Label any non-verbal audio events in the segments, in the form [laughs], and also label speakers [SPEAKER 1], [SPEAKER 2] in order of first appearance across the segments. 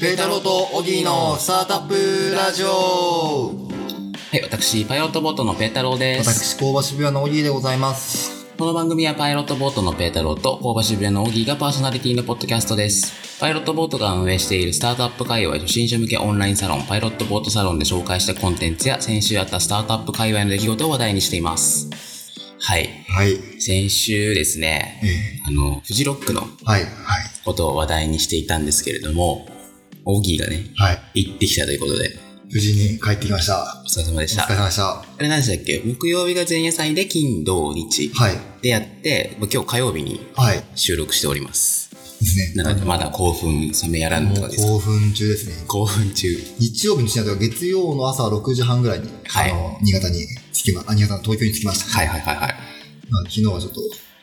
[SPEAKER 1] ペータローとオギーのスタートアップラジオ
[SPEAKER 2] はい、私、パイロットボートのペータローです。
[SPEAKER 1] 私、工場渋谷のオギーでございます。
[SPEAKER 2] この番組はパイロットボートのペータローと工場渋谷のオギーがパーソナリティのポッドキャストです。パイロットボートが運営しているスタートアップ界隈初心者向けオンラインサロン、パイロットボートサロンで紹介したコンテンツや先週あったスタートアップ界隈の出来事を話題にしています。はい、
[SPEAKER 1] はい。
[SPEAKER 2] 先週ですね、
[SPEAKER 1] え
[SPEAKER 2] あの、フジロックの
[SPEAKER 1] ー、はい、はい、
[SPEAKER 2] ことを話題にしていたんですけれども、オギーがね、
[SPEAKER 1] はい。
[SPEAKER 2] 行ってきたということで、
[SPEAKER 1] 無事に帰ってきました。
[SPEAKER 2] お疲れ様でし
[SPEAKER 1] お疲
[SPEAKER 2] た。
[SPEAKER 1] れ
[SPEAKER 2] あ
[SPEAKER 1] 様でした。は
[SPEAKER 2] れ何でしたっけ木曜日が前夜祭で金、土、日。
[SPEAKER 1] い、
[SPEAKER 2] でやって、まあ今日火曜日に
[SPEAKER 1] はい。で
[SPEAKER 2] 収録しております。
[SPEAKER 1] すね。
[SPEAKER 2] なので、まだ興奮冷めやらぬ
[SPEAKER 1] も
[SPEAKER 2] とか
[SPEAKER 1] う
[SPEAKER 2] ですか
[SPEAKER 1] 興奮中ですね。
[SPEAKER 2] 興奮中。
[SPEAKER 1] 日曜日の深夜とか月曜の朝6時半ぐらいに、
[SPEAKER 2] はい
[SPEAKER 1] あの、新潟に着きま、あ、新潟の東京に着きました。
[SPEAKER 2] はいはいはいはい。
[SPEAKER 1] まあ昨日はちょっと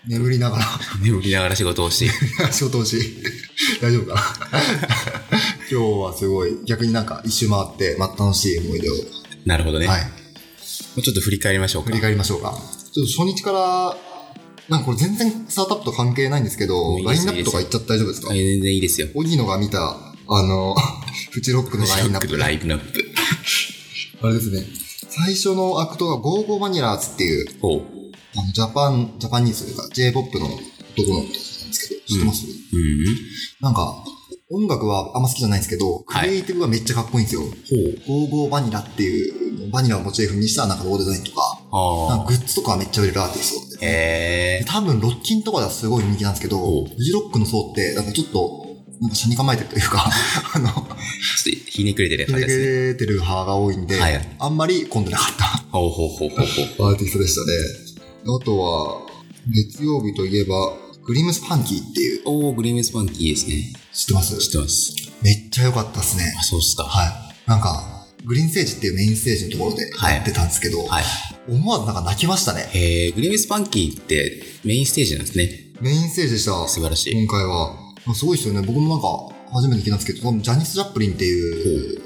[SPEAKER 1] 眠りなが
[SPEAKER 2] 眠りながら仕事
[SPEAKER 1] [laughs]
[SPEAKER 2] をして。
[SPEAKER 1] ら [laughs] 仕事をし、大丈 [laughs] 夫かな今日はすごい、逆になんか一周回って、まあ、楽しい思い出を、
[SPEAKER 2] なるほどね。
[SPEAKER 1] はい
[SPEAKER 2] も。うちょっと振り返りましょうか。
[SPEAKER 1] 振り返りましょうか。ちょっと初日から、なんかこれ全然スタートアップと関係ないんですけど、
[SPEAKER 2] もういい
[SPEAKER 1] ラ
[SPEAKER 2] で
[SPEAKER 1] イ
[SPEAKER 2] す
[SPEAKER 1] ンナップとか言っちゃって大丈夫ですか
[SPEAKER 2] はい全然いいですよ。
[SPEAKER 1] オギノが見た、あの、 [laughs] フジロックのラインナップ。
[SPEAKER 2] ラインナップ。
[SPEAKER 1] あれですね。最初のアクトがゴーゴーバニラーズっていう、
[SPEAKER 2] ほう。
[SPEAKER 1] あのジャパン、ジャパニーズというか J-POP の男の子なんですけど、知ってます、
[SPEAKER 2] うん。
[SPEAKER 1] なんか、音楽はあんま好きじゃないんですけど、ク
[SPEAKER 2] はい
[SPEAKER 1] リエイティブがめっちゃかっこいいんですよ。ゴーゴーバニラっていう、バニラをモチーフにしたなんかローデザインとか、
[SPEAKER 2] ほう。
[SPEAKER 1] なん
[SPEAKER 2] あ
[SPEAKER 1] か
[SPEAKER 2] あ。
[SPEAKER 1] グッズとかはめっちゃ売れるアーティストで
[SPEAKER 2] へえ。
[SPEAKER 1] 多分、ロッキンとかではすごい人気なんですけ
[SPEAKER 2] お
[SPEAKER 1] ど、
[SPEAKER 2] う
[SPEAKER 1] フジロックの層って、なんかちょっと、なんか、車に構えてるというか、 [laughs] あ
[SPEAKER 2] [laughs]
[SPEAKER 1] の、
[SPEAKER 2] ちょっとひねくれてる
[SPEAKER 1] ひ
[SPEAKER 2] 感
[SPEAKER 1] ね
[SPEAKER 2] じですね。
[SPEAKER 1] くれてる派が多いんで、
[SPEAKER 2] はい
[SPEAKER 1] あんまり混んでなかっ
[SPEAKER 2] ほうほうほうほうほう。
[SPEAKER 1] たアーティストでしたね。あとは、月曜日といえば、グリムスパンキーっていう、
[SPEAKER 2] おおグリーンスパンキーですね。
[SPEAKER 1] 知ってます
[SPEAKER 2] 知ってます。
[SPEAKER 1] めっちゃ良かったっすね。
[SPEAKER 2] あ、そうっすか。は
[SPEAKER 1] はい。なんか、グリーンステージっていうメインステージのところで
[SPEAKER 2] はい
[SPEAKER 1] やってたんですけど、
[SPEAKER 2] い。
[SPEAKER 1] 思わずなんか泣きました
[SPEAKER 2] [laughs]
[SPEAKER 1] ね。
[SPEAKER 2] えー、グリーンスパンキーってメインステージなんですね。
[SPEAKER 1] メインステージでした。
[SPEAKER 2] 素晴らしい。
[SPEAKER 1] 今回は。すごいですよね。僕もなんか、初めて聞いたんですけど、多分ジャニス・ジャップリンっていう、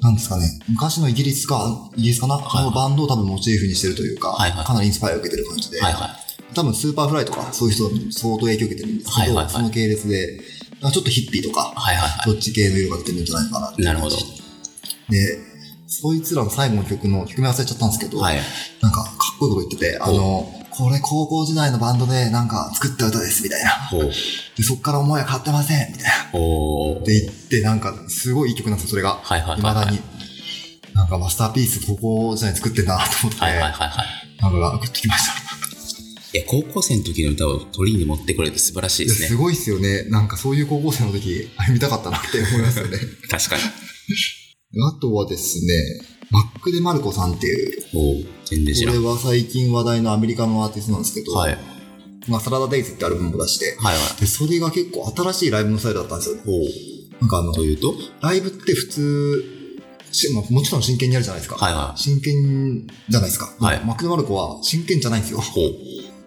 [SPEAKER 1] なんですかね、昔のイギリスか、イギリスかな、
[SPEAKER 2] はい
[SPEAKER 1] のバンドを多分モチーフにしてるというか、
[SPEAKER 2] はいはい
[SPEAKER 1] かなりインスパイアを受けてる感じで、
[SPEAKER 2] はいはい。
[SPEAKER 1] 多分スーパーフライとか、そういう人に相当影響を受けてるんですけど、
[SPEAKER 2] はいはいはい
[SPEAKER 1] その系列で、なんかちょっとヒッピーとか、
[SPEAKER 2] はいはいは
[SPEAKER 1] どっち系の色が出てるんじゃないかなって
[SPEAKER 2] い。なるほど。
[SPEAKER 1] で、そいつらの最後の曲の曲名忘れちゃったんですけど、
[SPEAKER 2] はい。
[SPEAKER 1] なんかかっこいいこと言ってて、あの、これ高校時代のバンドでなんか作った歌ですみたいな。
[SPEAKER 2] ほう。
[SPEAKER 1] で、そっから思いは変わってませんみたいな。
[SPEAKER 2] おー
[SPEAKER 1] って言って、なんか、すごいいい曲なんですよ、それが。
[SPEAKER 2] はいはいはいはい
[SPEAKER 1] 未だに。なんか、マスターピース、ここじゃない作ってんなと思って、
[SPEAKER 2] はいはいはいはい。
[SPEAKER 1] なんか、送ってきました。
[SPEAKER 2] いや、高校生の時の歌を鳥に持ってこれて素晴らしい
[SPEAKER 1] い
[SPEAKER 2] で
[SPEAKER 1] や
[SPEAKER 2] す
[SPEAKER 1] す
[SPEAKER 2] ね。
[SPEAKER 1] ごいですよね。なんか、そういう高校生の時、あれ見たかったなって思いますよ
[SPEAKER 2] [laughs]
[SPEAKER 1] ね。
[SPEAKER 2] [laughs] 確かに。
[SPEAKER 1] あとはですね、マック・デ・マルコさんっていう、
[SPEAKER 2] おー全然知ら
[SPEAKER 1] こ
[SPEAKER 2] ん。
[SPEAKER 1] れ
[SPEAKER 2] はい。
[SPEAKER 1] は最近話題のアメリカのアーティストなんですけど、
[SPEAKER 2] はい
[SPEAKER 1] まあ、サラダ・デイズってアルバムを出して、
[SPEAKER 2] はい。
[SPEAKER 1] で、それが結構新しいライブのスタイルだったんですよ。
[SPEAKER 2] おー
[SPEAKER 1] なんかあの
[SPEAKER 2] と、いうと
[SPEAKER 1] ライブって普通、しまあ、もちろん真剣にやるじゃないですか。
[SPEAKER 2] はいは
[SPEAKER 1] 真剣じゃないですか。
[SPEAKER 2] はい
[SPEAKER 1] マクドナルドは真剣じゃないんですよ。
[SPEAKER 2] い。ほう。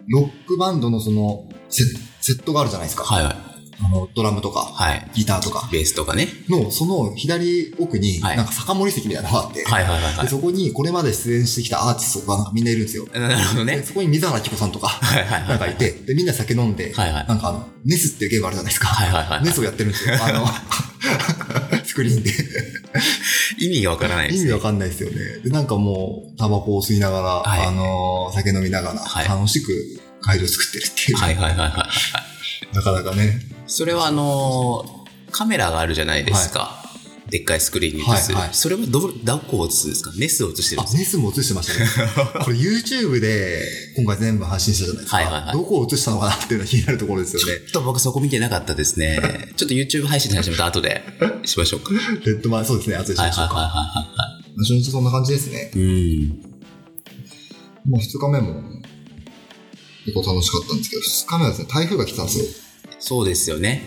[SPEAKER 1] ロックバンドのそのセセットがあるじゃないですか。
[SPEAKER 2] はいはい。
[SPEAKER 1] あのドラムとか、
[SPEAKER 2] はい。
[SPEAKER 1] ギターとか
[SPEAKER 2] ベースとかね。
[SPEAKER 1] のその左奥に、
[SPEAKER 2] はい
[SPEAKER 1] なんか酒盛り席みたいなのがあって、
[SPEAKER 2] はいはいはい
[SPEAKER 1] でそこにこれまで出演してきたアーティストがなんかみんないるんですよ。
[SPEAKER 2] [laughs] はい。なるほど
[SPEAKER 1] で
[SPEAKER 2] ね。
[SPEAKER 1] そこに水原希子さんとか、
[SPEAKER 2] はいはいは
[SPEAKER 1] ないんか
[SPEAKER 2] はいい。
[SPEAKER 1] て、で、みんな酒飲んで、
[SPEAKER 2] はいはい
[SPEAKER 1] なんかあの、ネスっていうゲームあるじゃないですか。
[SPEAKER 2] はいはいはい
[SPEAKER 1] ネスをやってるんですよ。あの、
[SPEAKER 2] [laughs]
[SPEAKER 1] スクリーンで。
[SPEAKER 2] 意味がわからないで
[SPEAKER 1] 意
[SPEAKER 2] す
[SPEAKER 1] 味
[SPEAKER 2] ね。
[SPEAKER 1] わかんないですよね。で、なんかもう、タバコを吸いながら、
[SPEAKER 2] はい
[SPEAKER 1] あのー酒飲みながら、
[SPEAKER 2] はい
[SPEAKER 1] 楽しく会場作ってるっていう、
[SPEAKER 2] はいはいはいはい。
[SPEAKER 1] なかなかね。
[SPEAKER 2] それはあのーカメラがあるじゃないですか。でっかいスクリーンに映す。
[SPEAKER 1] はいはい
[SPEAKER 2] それはど、どこを映すんですかネスを映してる
[SPEAKER 1] あ
[SPEAKER 2] んです、
[SPEAKER 1] ネスも映してました
[SPEAKER 2] [laughs]
[SPEAKER 1] ね。これ YouTube で今回全部発信したじゃないですか。
[SPEAKER 2] はいはいはい
[SPEAKER 1] どこを映したのかなっていうのが気になるところですよ
[SPEAKER 2] [laughs]
[SPEAKER 1] ね。
[SPEAKER 2] ちょっと僕そこ見てなかったですね。 [laughs] ちょっと YouTube 配信の話また後でしましょうか。は
[SPEAKER 1] レッドマン、そうですね、後でし
[SPEAKER 2] いはい
[SPEAKER 1] ましょ
[SPEAKER 2] は
[SPEAKER 1] う
[SPEAKER 2] い
[SPEAKER 1] か。
[SPEAKER 2] はいは
[SPEAKER 1] 初日そんな感じですね。
[SPEAKER 2] い。うん。
[SPEAKER 1] もう2日目も、結構楽しかったんですけど、2日目はですね、台風が来たんですよ。
[SPEAKER 2] そうですよね。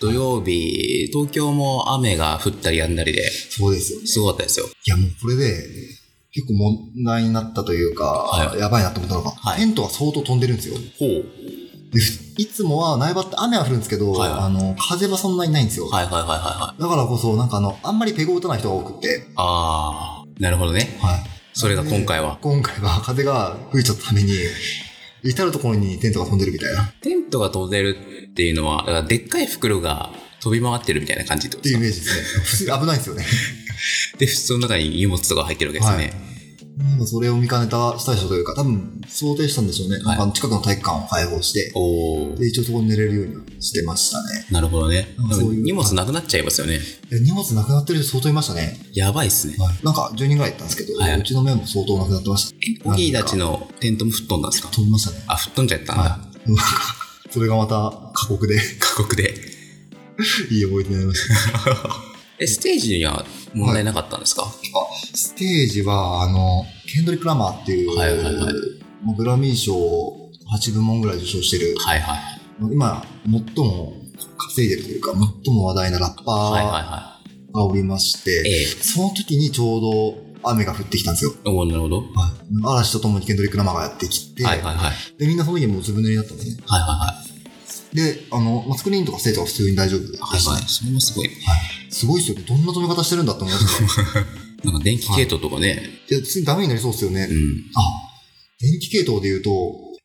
[SPEAKER 2] 土曜日、東京も雨が降ったりやんだりで、
[SPEAKER 1] そうですよ。
[SPEAKER 2] すごかったですよ。
[SPEAKER 1] いやもうこれで、結構問題になったというか、
[SPEAKER 2] は
[SPEAKER 1] やばいなと思ったのが、
[SPEAKER 2] はい
[SPEAKER 1] テントが相当飛んでるんですよ。
[SPEAKER 2] ほう。
[SPEAKER 1] でふいつもは苗場って雨は降るんですけど、
[SPEAKER 2] はいはい
[SPEAKER 1] あの、風はそんなにないんですよ。
[SPEAKER 2] はいはいはいはいはい。
[SPEAKER 1] だからこそ、なんかあの、あんまりペグを打たない人が多くて、
[SPEAKER 2] あー、なるほどね。
[SPEAKER 1] はい。
[SPEAKER 2] それが今回は。
[SPEAKER 1] 今回は風が吹いちゃったために、至るところにテントが飛んでるみたいな。
[SPEAKER 2] テントが飛んでるっていうのは、だからでっかい袋が飛び回ってるみたいな感じってこ
[SPEAKER 1] て
[SPEAKER 2] と
[SPEAKER 1] い
[SPEAKER 2] で
[SPEAKER 1] う
[SPEAKER 2] す
[SPEAKER 1] イメ
[SPEAKER 2] か
[SPEAKER 1] ージですね。普通に危ないですよね。
[SPEAKER 2] で、普通の中に荷物とか入ってるわけですよね。
[SPEAKER 1] なんかそれを見かねた対処というか、多分想定したんでしょうね。
[SPEAKER 2] はい
[SPEAKER 1] なんか近くの体育館を開放して、
[SPEAKER 2] おー
[SPEAKER 1] で、一応そこに寝れるようにはしてましたね。
[SPEAKER 2] なるほどね。
[SPEAKER 1] うん
[SPEAKER 2] でも
[SPEAKER 1] そういう
[SPEAKER 2] 荷物なくなっちゃいますよね。
[SPEAKER 1] え荷物なくなってる人相当いましたね。
[SPEAKER 2] やばいっすね。
[SPEAKER 1] なんか10人ぐらいいったんですけど、
[SPEAKER 2] はいう
[SPEAKER 1] ちの面も相当なくなってました。
[SPEAKER 2] え、オギーたちのテントも吹っ飛んだんですか
[SPEAKER 1] 飛びましたね。
[SPEAKER 2] あ、吹っ飛んじゃったんだ。
[SPEAKER 1] はい。なんか、 [laughs] それがまた過酷で、 [laughs]
[SPEAKER 2] 過酷で。
[SPEAKER 1] いい思い出になりました。
[SPEAKER 2] え、ステージには問題なかったんですか、
[SPEAKER 1] ステージは、あの、ケンドリック・ラマーっていう、
[SPEAKER 2] はいはいはい
[SPEAKER 1] もうグラミー賞を8部門ぐらい受賞してる、
[SPEAKER 2] はい、はいはい。
[SPEAKER 1] 今、最も稼いでるというか、最も話題なラッ
[SPEAKER 2] はいは
[SPEAKER 1] パ
[SPEAKER 2] いは
[SPEAKER 1] ーがおりまして、
[SPEAKER 2] い。ええ。
[SPEAKER 1] その時にちょうど雨が降ってきたんですよ。
[SPEAKER 2] おおなるほど。は
[SPEAKER 1] 嵐とともにケンドリック・ラマーがやってきて、
[SPEAKER 2] いはいはい。はいはい
[SPEAKER 1] で、みんなその時にもうずぶ濡れになったんですね。
[SPEAKER 2] はい。
[SPEAKER 1] で、あの、まあスクリーンとか生徒は普通に大丈夫で
[SPEAKER 2] はい
[SPEAKER 1] したね
[SPEAKER 2] はい。それもすごい。
[SPEAKER 1] すごいですよね。どんな止め方してるんだって思いました。
[SPEAKER 2] なんか電気系統とかね。
[SPEAKER 1] いや、普通にダメになりそうですよね。
[SPEAKER 2] うん。
[SPEAKER 1] あ、電気系統で言うと、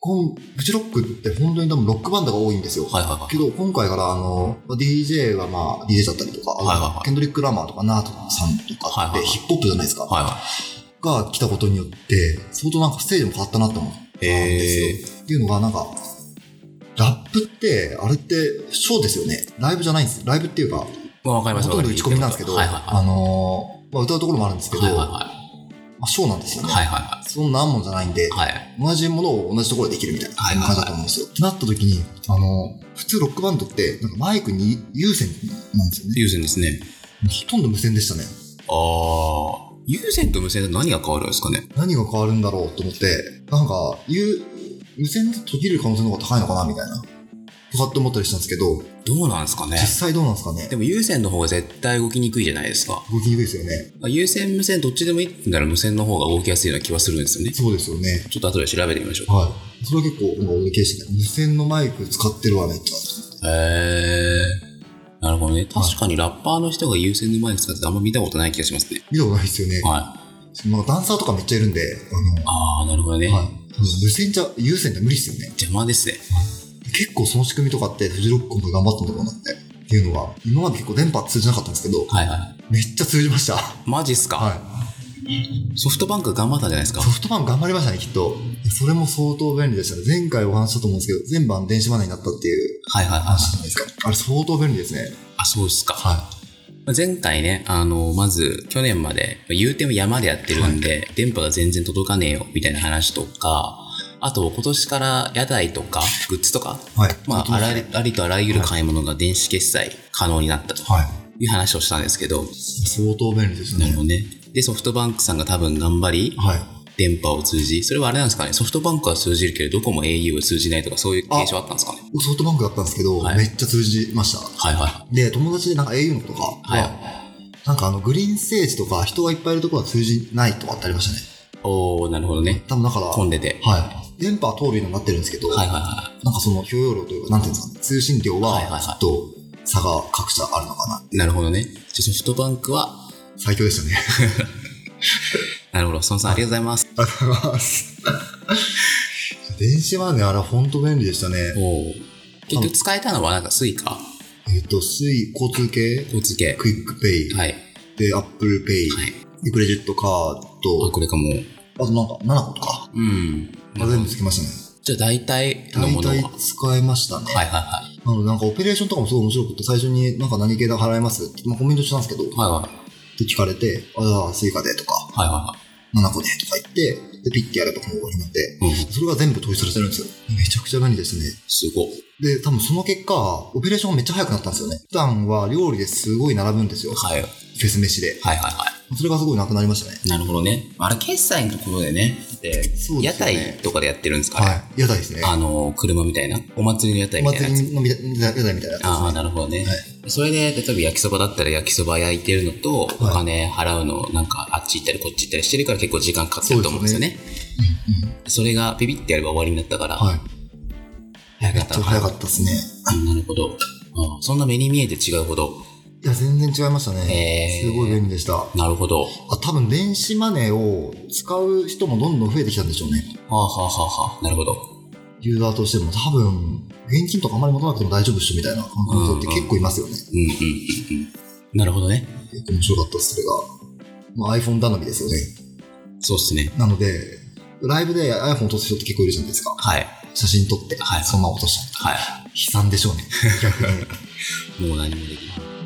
[SPEAKER 1] こんフジロックって本当に多分ロックバンドが多いんですよ。
[SPEAKER 2] はいはいはい。
[SPEAKER 1] けど、今回から、あの、まあ DJ はまあ、DJ だったりとか、
[SPEAKER 2] はいはいはい
[SPEAKER 1] ケンドリック・ラマーとか、ナートさんと
[SPEAKER 2] はい
[SPEAKER 1] かっ
[SPEAKER 2] はい
[SPEAKER 1] て、
[SPEAKER 2] はい
[SPEAKER 1] ヒップホップじゃないですか、
[SPEAKER 2] はいは
[SPEAKER 1] が来たことによって、相当なんかステージも変わったなって思ったん
[SPEAKER 2] い。
[SPEAKER 1] ですよ。っていうのが、なんか、ラップって、あれって、ショーですよね。ライブじゃないんです。ライブっていうか、
[SPEAKER 2] まあわかりま
[SPEAKER 1] ほ
[SPEAKER 2] した。
[SPEAKER 1] とんど打ち込みなんですけど、
[SPEAKER 2] はいはいは
[SPEAKER 1] あのーまあ、歌うところもあるんですけ
[SPEAKER 2] い。
[SPEAKER 1] ど、
[SPEAKER 2] はいはい
[SPEAKER 1] ま
[SPEAKER 2] は
[SPEAKER 1] あ、ショーなんですよ
[SPEAKER 2] い。
[SPEAKER 1] ね。
[SPEAKER 2] はいは
[SPEAKER 1] そんな何もじゃないんで
[SPEAKER 2] い、はい。はい。
[SPEAKER 1] 同じものを同じところでできるみたいな
[SPEAKER 2] はい
[SPEAKER 1] 感
[SPEAKER 2] はいはい
[SPEAKER 1] じだと思うんですよ。ってなった時に、あの、普通ロックバンドって、なんかマイクに有線なんですよね。
[SPEAKER 2] 優先ですね。
[SPEAKER 1] ほとんど無線でしたね。
[SPEAKER 2] ああ。優先と無線だと何が変わるんですかね
[SPEAKER 1] 何が変わるんだろうと思って、なんか、有無線で途切れる可能性の方が高いのかなみたいな。とかって思ったりしたんですけど、
[SPEAKER 2] どうなんですかね
[SPEAKER 1] 実際どうなんですかね
[SPEAKER 2] でも優先の方が絶対動きにくいじゃないですか。
[SPEAKER 1] 動きにくいですよね。
[SPEAKER 2] まあ優先無線どっちでもいいってなら無線の方が動きやすいような気はするんですよね。
[SPEAKER 1] そうですよね。
[SPEAKER 2] ちょっと後で調べてみましょう。
[SPEAKER 1] はい。それは結構、なんか俺、決してね無線のマイク使ってるわねって感じ。
[SPEAKER 2] へー。なるほどね。確かにラッパーの人が優先の前に使ってあんま見たことない気がしますね。
[SPEAKER 1] 見たことないですよね。
[SPEAKER 2] はい。
[SPEAKER 1] なんかダンサーとかめっちゃいるんで、あ
[SPEAKER 2] ああ、なるほどね。
[SPEAKER 1] の、はい。無線じゃ、有線じゃ無理ですよね。
[SPEAKER 2] 邪魔ですね。
[SPEAKER 1] 結構その仕組みとかってフジロックも頑張ったんだろうなって。っていうのが、今まで結構電波通じなかったんですけど、
[SPEAKER 2] はいはい。
[SPEAKER 1] めっちゃ通じました。
[SPEAKER 2] マジっすか、
[SPEAKER 1] は
[SPEAKER 2] ソフトバンク頑張ったじゃないです
[SPEAKER 1] い。
[SPEAKER 2] か
[SPEAKER 1] ソ。フトバンク頑張りましたね、きっと。それも相当便利でしたね。前回お話ししたと思うんですけど、全部あの電子マネーになったっていう
[SPEAKER 2] はいはいはい。
[SPEAKER 1] 話じゃないですか。あれ相当便利ですね。
[SPEAKER 2] あ、そうっすか。
[SPEAKER 1] は
[SPEAKER 2] まあ前回ね、あの、まず、去年まで、言うても山でやってるんで、電波が全然届かねえよ、みたいな話とか、あと、今年から屋台とか、グッズとか、
[SPEAKER 1] い。はい。
[SPEAKER 2] まあ、あら
[SPEAKER 1] れ。
[SPEAKER 2] りありとあらゆる買い物が電子決済可能になったと
[SPEAKER 1] はい。
[SPEAKER 2] いう話をしたんですけど、
[SPEAKER 1] 相当便利です
[SPEAKER 2] な
[SPEAKER 1] ね
[SPEAKER 2] るほ。どね。で、ソフトバンクさんが多分頑張り、
[SPEAKER 1] はい。
[SPEAKER 2] 電波を通じ、それはあれなんですかね、ソフトバンクは通じるけれど、どこも au は通じないとか、そういう現象あったんですかね。
[SPEAKER 1] ソフトバンクだったんですけど、
[SPEAKER 2] はい
[SPEAKER 1] めっちゃ通じました。
[SPEAKER 2] はいは
[SPEAKER 1] で、友達でなんか au のとかは、
[SPEAKER 2] はい
[SPEAKER 1] なんかあの、グリーンステージとか人がいっぱいいるところは通じないとかってありましたね。
[SPEAKER 2] い。おー、なるほどね。
[SPEAKER 1] 多分だから、
[SPEAKER 2] 混んでて。
[SPEAKER 1] はい。電波は通るようになってるんですけど、
[SPEAKER 2] はいはいは
[SPEAKER 1] なんかその許容量というか、なんていうんですかね、通信量
[SPEAKER 2] はいはいは
[SPEAKER 1] は、
[SPEAKER 2] い
[SPEAKER 1] ちょっと差が各社あるのかな。
[SPEAKER 2] い。なるほどね。じゃあソフトバンクは、
[SPEAKER 1] 最強でしたね。 [laughs]
[SPEAKER 2] なるほど、孫さんありがとうございます。
[SPEAKER 1] ありがとうございます。電子マネー、あれほんと便利でしたね。
[SPEAKER 2] おー結局使えたのはなんかスイカ、
[SPEAKER 1] えっ、と、水、交通系、
[SPEAKER 2] 交通系。
[SPEAKER 1] クイックペイ、
[SPEAKER 2] はい。
[SPEAKER 1] で、アップルペイ、
[SPEAKER 2] はい。
[SPEAKER 1] でクレジットカー
[SPEAKER 2] あ、
[SPEAKER 1] ド、
[SPEAKER 2] これかも。
[SPEAKER 1] あとなんか、7個とか、
[SPEAKER 2] うん。
[SPEAKER 1] あ全部つきましたね。
[SPEAKER 2] じゃあ大体の
[SPEAKER 1] 大
[SPEAKER 2] ものは。はい
[SPEAKER 1] 体使えましたね。
[SPEAKER 2] はいはい。
[SPEAKER 1] なので、なんかオペレーションとかもすごい面白くて、最初になんか何系で払えますって、まあ、コメントしたんですけど、
[SPEAKER 2] はいはい。
[SPEAKER 1] って聞かれて、あ、じゃあ、スイカでとか、
[SPEAKER 2] はいは
[SPEAKER 1] 7個でとか言って、で、ピッてやればもう終わりなんで、
[SPEAKER 2] いはい。うん。
[SPEAKER 1] それが全部統一されてるんですよ。めちゃくちゃ便利ですね。
[SPEAKER 2] すごい。
[SPEAKER 1] で、多分その結果、オペレーションがめっちゃ早くなったんですよね。普段は料理ですごい並ぶんですよ。
[SPEAKER 2] はい。はい
[SPEAKER 1] フェス飯で。
[SPEAKER 2] はいは
[SPEAKER 1] それがすごいなくなりましたね。
[SPEAKER 2] い。なるほどね。あれ、決済のところでね。で、
[SPEAKER 1] そう
[SPEAKER 2] 屋
[SPEAKER 1] ですよね
[SPEAKER 2] 台とかでやってるんですか、あれ
[SPEAKER 1] はい。屋台ですね。
[SPEAKER 2] あの、車みたいな。お祭りの屋台
[SPEAKER 1] お
[SPEAKER 2] みたいな
[SPEAKER 1] 祭
[SPEAKER 2] やつ。
[SPEAKER 1] りのみ屋台みたいなやつですね。
[SPEAKER 2] ああ、なるほどね。それで、例えば焼きそばだったら焼きそば焼いてるのと、お
[SPEAKER 1] はい
[SPEAKER 2] 金払うの、なんかあっち行ったりこっち行ったりしてるから結構時間かかってると思うんですよね。それがピピってやれば終わりになったから、
[SPEAKER 1] はい。
[SPEAKER 2] 早かっ
[SPEAKER 1] ちょっ
[SPEAKER 2] た
[SPEAKER 1] と
[SPEAKER 2] のか
[SPEAKER 1] 早かったですね。
[SPEAKER 2] うんなるほど。うんそんな目に見えて違うほど。
[SPEAKER 1] いや、全然違いましたね。
[SPEAKER 2] へー
[SPEAKER 1] すごい便利でした。
[SPEAKER 2] なるほど。は
[SPEAKER 1] あ多分電子マネーを使う人もどんどん増えてきたんでしょうね。
[SPEAKER 2] あはあはあはあ。なるほど。
[SPEAKER 1] ユーザーとしても多分、現金とかあんまり持たなくても大丈夫っしょみたいな感覚の人って結構いますよね。
[SPEAKER 2] うんうんうんうん。なるほどね。
[SPEAKER 1] 結構面白かったです、それが。まあ、iPhone 頼みですよね。
[SPEAKER 2] そうっすね。
[SPEAKER 1] なので、ライブで iPhone 落とす人って結構いるじゃないですか。
[SPEAKER 2] はい。
[SPEAKER 1] 写真撮って、
[SPEAKER 2] はい
[SPEAKER 1] そのまま落とした。
[SPEAKER 2] は
[SPEAKER 1] 悲惨でしょうね。逆に。
[SPEAKER 2] い。もう何もできない。